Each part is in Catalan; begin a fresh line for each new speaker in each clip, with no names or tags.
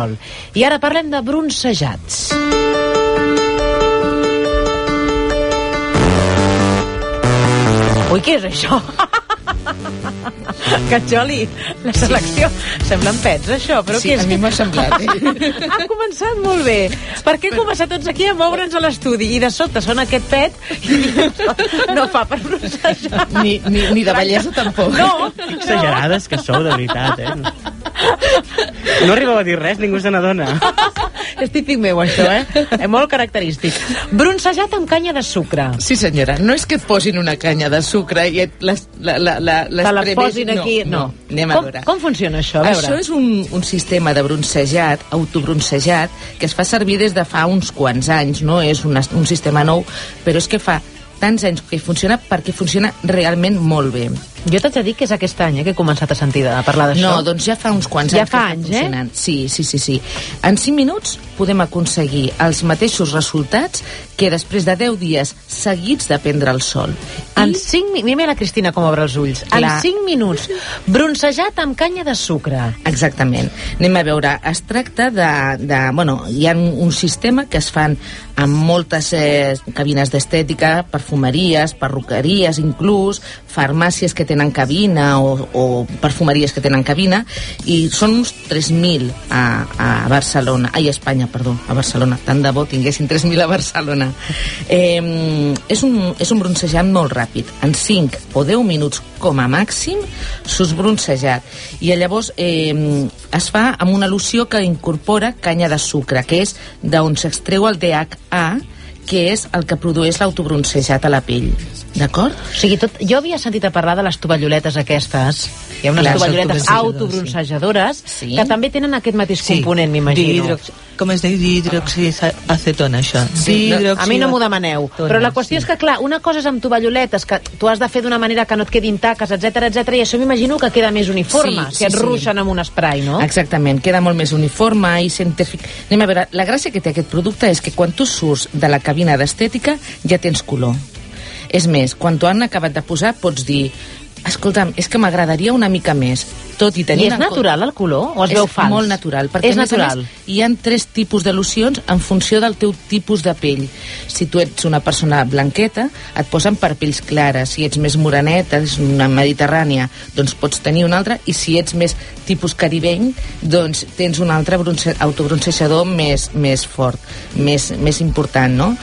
sol. I ara parlem de bronsejats. Ui, què és això? Catxoli, la selecció. Semblen pets, això, però
Sí,
què és?
a mi m'ha semblat, eh?
ha començat molt bé. Per què començar tots aquí a moure'ns a l'estudi? I de sobte sona aquest pet i no fa per broncejar.
Ni, ni, ni de bellesa tampoc.
No,
Exagerades que sou, de veritat, eh? No arribeu a dir res, ningú se n'adona.
Ah, És típic meu, això, eh? És molt característic. Bronsejat amb canya de sucre.
Sí, senyora, no és que et posin una canya de sucre i et les, la, la, la, les
Que la
prevegin-
posin aquí...
No, no, anem a
com,
veure.
Com funciona això? A veure.
Això és un, un sistema de broncejat, autobroncejat, que es fa servir des de fa uns quants anys, no és un, un sistema nou, però és que fa tants anys que funciona perquè funciona realment molt bé.
Jo t'haig de dir que és aquest any eh, que he començat a sentir de parlar d'això.
No, doncs ja fa uns quants
Ja
anys
fa
que
anys, eh?
està funcionant. Sí, sí, sí, sí. En 5 minuts podem aconseguir els mateixos resultats que després de 10 dies seguits de prendre el sol.
En
I
5 minuts... Mira la Cristina com obre els ulls. En
Clar.
5 minuts. Bronsejat amb canya de sucre.
Exactament. Anem a veure, es tracta de... de bueno, hi ha un, un sistema que es fan amb moltes eh, cabines d'estètica, perfumeries, perruqueries inclús, farmàcies que tenen cabina o, o perfumeries que tenen cabina, i són uns 3.000 a, a Barcelona, ai, a Espanya, perdó, a Barcelona. Tant de bo tinguessin 3.000 a Barcelona. Eh, és, un, és un broncejant molt ràpid. En 5 o 10 minuts com a màxim s'us broncejat. I llavors eh, es fa amb una loció que incorpora canya de sucre, que és d'on s'extreu el DHA, que és el que produeix l'autobroncejat a la pell. D'acord?
O sigui, tot, jo havia sentit a parlar de les tovalloletes aquestes. Hi ha unes
Clar,
tovalloletes autobronzejadores
autobronzejadores, sí. Sí.
que també tenen aquest mateix component, m'imagino.
Dihidrox... Com es diu dihidroxiacetona, això?
Sí, no,
A mi no m'ho demaneu. Però la qüestió és que, clar, una cosa és amb tovalloletes, que tu has de fer d'una manera que no et quedin taques, etc etc i això m'imagino que queda més uniforme,
Sí,
si et
sí, Ah, sí.
ruixen amb un esprai, no?
Exactament, queda molt més uniforme i científic. Anem a veure, la gràcia que té aquest producte és que quan tu surts de la cabina d'estètica ja tens color. És més, quan t'ho han acabat de posar pots dir escolta'm, és que m'agradaria una mica més, tot i tenir...
I és natural el color? O es
és
veu fals?
molt natural.
És
a més a
natural.
Més, hi ha tres tipus de locions en funció del teu tipus de pell. Si tu ets una persona blanqueta, et posen per pells clares. Si ets més moreneta, és una mediterrània, doncs pots tenir una altra. I si ets més tipus caribeny, doncs tens un altre bronce, autobroncejador més, més fort, més, més important, no?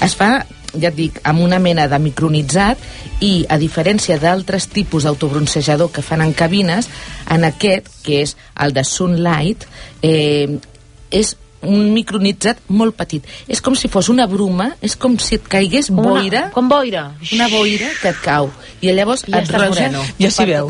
Es fa ja et dic, amb una mena de micronitzat i, a diferència d'altres tipus d'autobroncejador que fan en cabines, en aquest, que és el de Sunlight, eh, és un micronitzat molt petit. És com si fos una bruma, és com si et caigués
Com una-
boira,
Com boira.
una boira que et cau. I llavors
I ja
et
estàs
roja...
moreno.
Ja s'hi veu.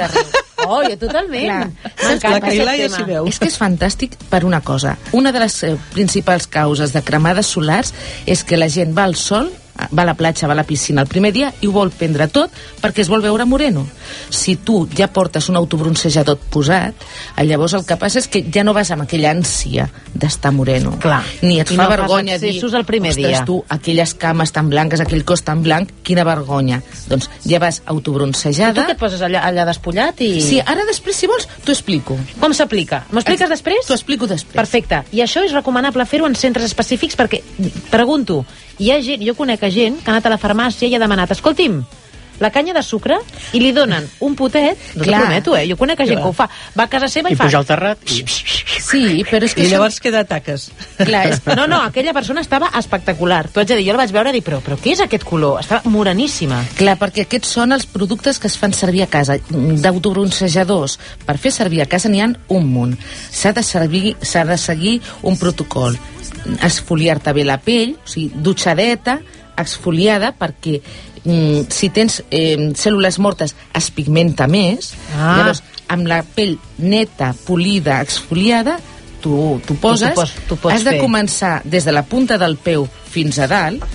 Oh, jo totalment.
Clar.
M'encanta
La Cailà
aquest
ja
tema.
s'hi veu.
És que és fantàstic per una cosa. Una de les eh, principals causes de cremades solars és que la gent va al sol, eh, va a la platja, va a la piscina el primer dia i ho vol prendre tot perquè es vol veure moreno. Si tu ja portes un autobroncejador posat, eh, llavors el que passa és que ja no vas amb aquella ànsia d'estar moreno.
Clar.
Ni et
I
fa
no fas
vergonya dir...
excessos el primer
"Ostres,
dia."
tu, aquelles cames tan blanques, aquell cos tan blanc, quina vergonya. Doncs ja vas autobroncejada...
Tu que et poses allà, allà despullat i...
Sí, ara després, si vols, t'ho explico.
Com s'aplica? M'ho expliques després?
T'ho explico després.
Perfecte. I això és recomanable fer-ho en centres específics perquè, pregunto, hi ha gent, jo conec a gent que ha anat a la farmàcia i ha demanat, escolti'm, la canya de sucre i li donen un potet, no t'ho
Clar.
prometo, eh? Jo conec a gent que ho fa. Va a casa seva i,
I
fa...
puja al terrat i...
Sí, però és que...
I
això-
llavors queda taques.
Clar, és...
Eh, No, no, aquella persona estava espectacular. T'ho haig de dir, jo la vaig veure i dir, però, però què és aquest color? Estava moreníssima.
Clar, perquè aquests són els productes que es fan servir a casa, d'autobroncejadors. Per fer servir a casa n'hi ha un munt. S'ha de, servir, s'ha de seguir un protocol. Esfoliar-te bé la pell, o sigui, dutxadeta, exfoliada, perquè mm, si tens eh, cèl·lules mortes es pigmenta més.
Ah.
Llavors, amb la pell neta, polida, exfoliada, tu t'ho poses,
pots- t'ho pots
has de
fer.
començar des de la punta del peu fins a dalt,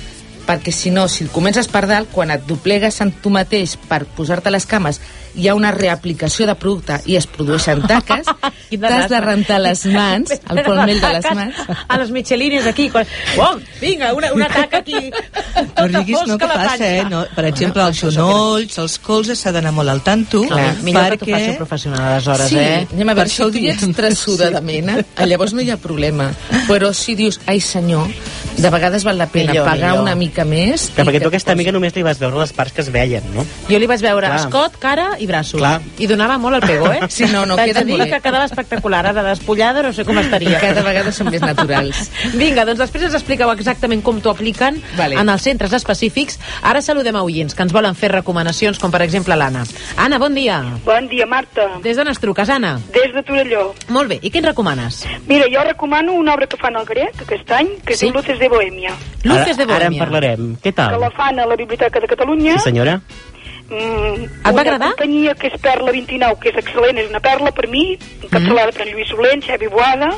perquè si no, si comences per dalt, quan et doblegues en tu mateix per posar-te les cames hi ha una reaplicació de producte i es produeixen taques,
Quin
t'has de
desastre.
rentar les mans, el palmell de les mans,
A les Michelines aquí. Quan... Oh, vinga, una, una taca aquí.
No
Tota
riguis, no,
fosca
que
la
passa,
panxa.
eh? No, per exemple, els genolls, els colzes, s'ha d'anar molt al tanto,
Clar, millor que t'ho
perquè...
faci un professional, aleshores,
sí,
eh?
anem a
Per
veure, si
això ho
tu ja ets
diem.
traçuda
Sí.
de mena, eh, llavors no hi ha problema. Però si dius, ai senyor, de vegades val la pena
Millor,
pagar
millor.
una mica més... i
Clar, perquè tu
que et
aquesta
posi-
amiga només li vas veure les parts que es veien, no?
Jo li vaig veure
Clar.
escot, cara i braços.
Clar.
I donava molt el pego, eh?
Sí, no, no,
T'haig de
queda
dir
molt bé.
que quedava espectacular. Ara despullada no sé com estaria.
Cada vegada són més naturals.
Vinga, doncs després ens expliqueu exactament com t'ho apliquen
Vale.
en els centres específics. Ara saludem a oients que ens volen fer recomanacions, com per exemple l'Anna. Anna, bon dia.
Bon dia, Marta.
Des d'on ens truques, Anna?
Des de Torelló.
Molt bé, i què ens recomanes?
Mira, jo recomano una obra que fan al Grec aquest any, que
Sí? Ah.
sí? diu Luces de Bohèmia,
Luces de
Ara- Ara en
Bohèmia.
parlarem. Què
que
tal?
la fan a la Biblioteca de Catalunya.
Sí, senyora?
Mm,
Et va
una
agradar?
companyia que és Perla 29, que és excel·lent, és una perla per mi, encapçalada mm. per en Lluís Solent, Xavi Boada,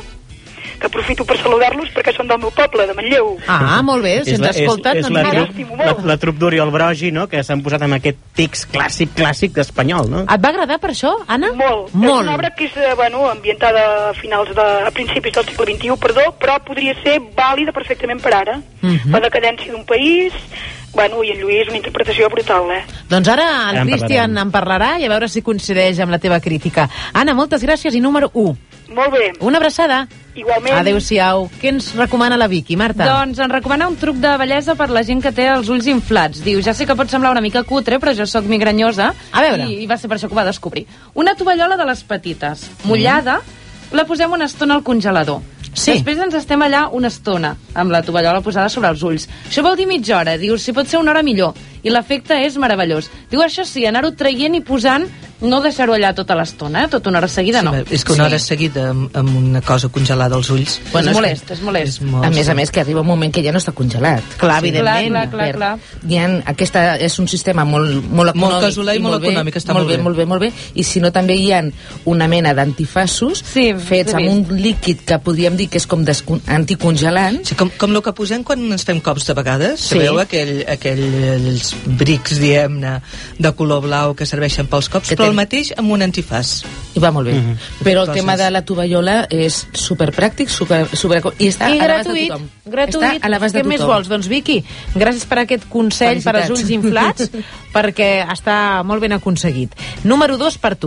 que aprofito per saludar-los perquè són del meu poble, de Manlleu.
Ah, molt bé, si ens
És la-
escolten,
és, és
doncs
la,
mira.
truc.
trup, la, la trup d'Oriol Brogi, no?, que s'han posat amb aquest tics clàssic, clàssic d'espanyol, no?
Et va agradar per això, Anna?
Molt. És una obra
Molt.
que és eh, bueno, ambientada a, finals de, a principis del segle XXI, perdó, però podria ser vàlida perfectament per ara.
Mhm.
La decadència d'un país... Bueno, i en Lluís, una interpretació brutal, eh?
Doncs ara el
Ara en
Christian
parlarem.
en parlarà i a veure si coincideix amb la teva crítica. Anna, moltes gràcies i número 1.
Molt bé.
Una abraçada.
Igualment.
Adéu-siau. Què ens recomana la Vicky, Marta?
Doncs ens recomana un truc de bellesa per la gent que té els ulls inflats. Diu, ja sé que pot semblar una mica cutre, però jo sóc migranyosa.
A veure.
I, I va ser per això que ho va descobrir. Una tovallola de les petites, mullada, la posem una estona al congelador.
Sí.
Després ens estem allà una estona, amb la tovallola posada sobre els ulls. Això vol dir mitja hora. Diu, si pot ser una hora millor. I l'efecte és meravellós. Diu, això sí, anar-ho traient i posant, no deixar-ho allà tota l'estona, eh? tota una hora seguida,
Sí,
no.
És que una hora seguida amb, amb una cosa congelada als ulls...
Bueno, és
que-
molest, és molest.
És molt...
A més a més, que arriba un moment que ja no està congelat.
Clar,
Sí,
evidentment.
clar, clar, clar.
Hi ha, aquesta és un sistema molt, molt econòmic.
casolà i molt
bé,
econòmic, està
molt
molt
bé,
bé.
Molt bé, molt bé. I si no, també hi ha una mena d'antifassos
Sí,
fets
l'he
amb un líquid que podríem dir que és com descon- anticongelant.
Sí, com, com el que posem quan ens fem cops de vegades,
Sí.
sí. sabeu aquell, aquells brics, diem-ne, de color blau que serveixen pels cops,
Que
però
ten-
el mateix amb un antifàs.
I va molt bé.
Mhm.
Però el
Coses.
tema de la tovallola és superpràctic, super, super... I
I
està a l'abast de
gratuït,
tothom.
gratuït.
Està a l'abast de
Què
tothom.
més vols? Doncs Vicky, gràcies per aquest consell per als
Felicitats.
ulls inflats, perquè està molt ben aconseguit. Número 2 per tu.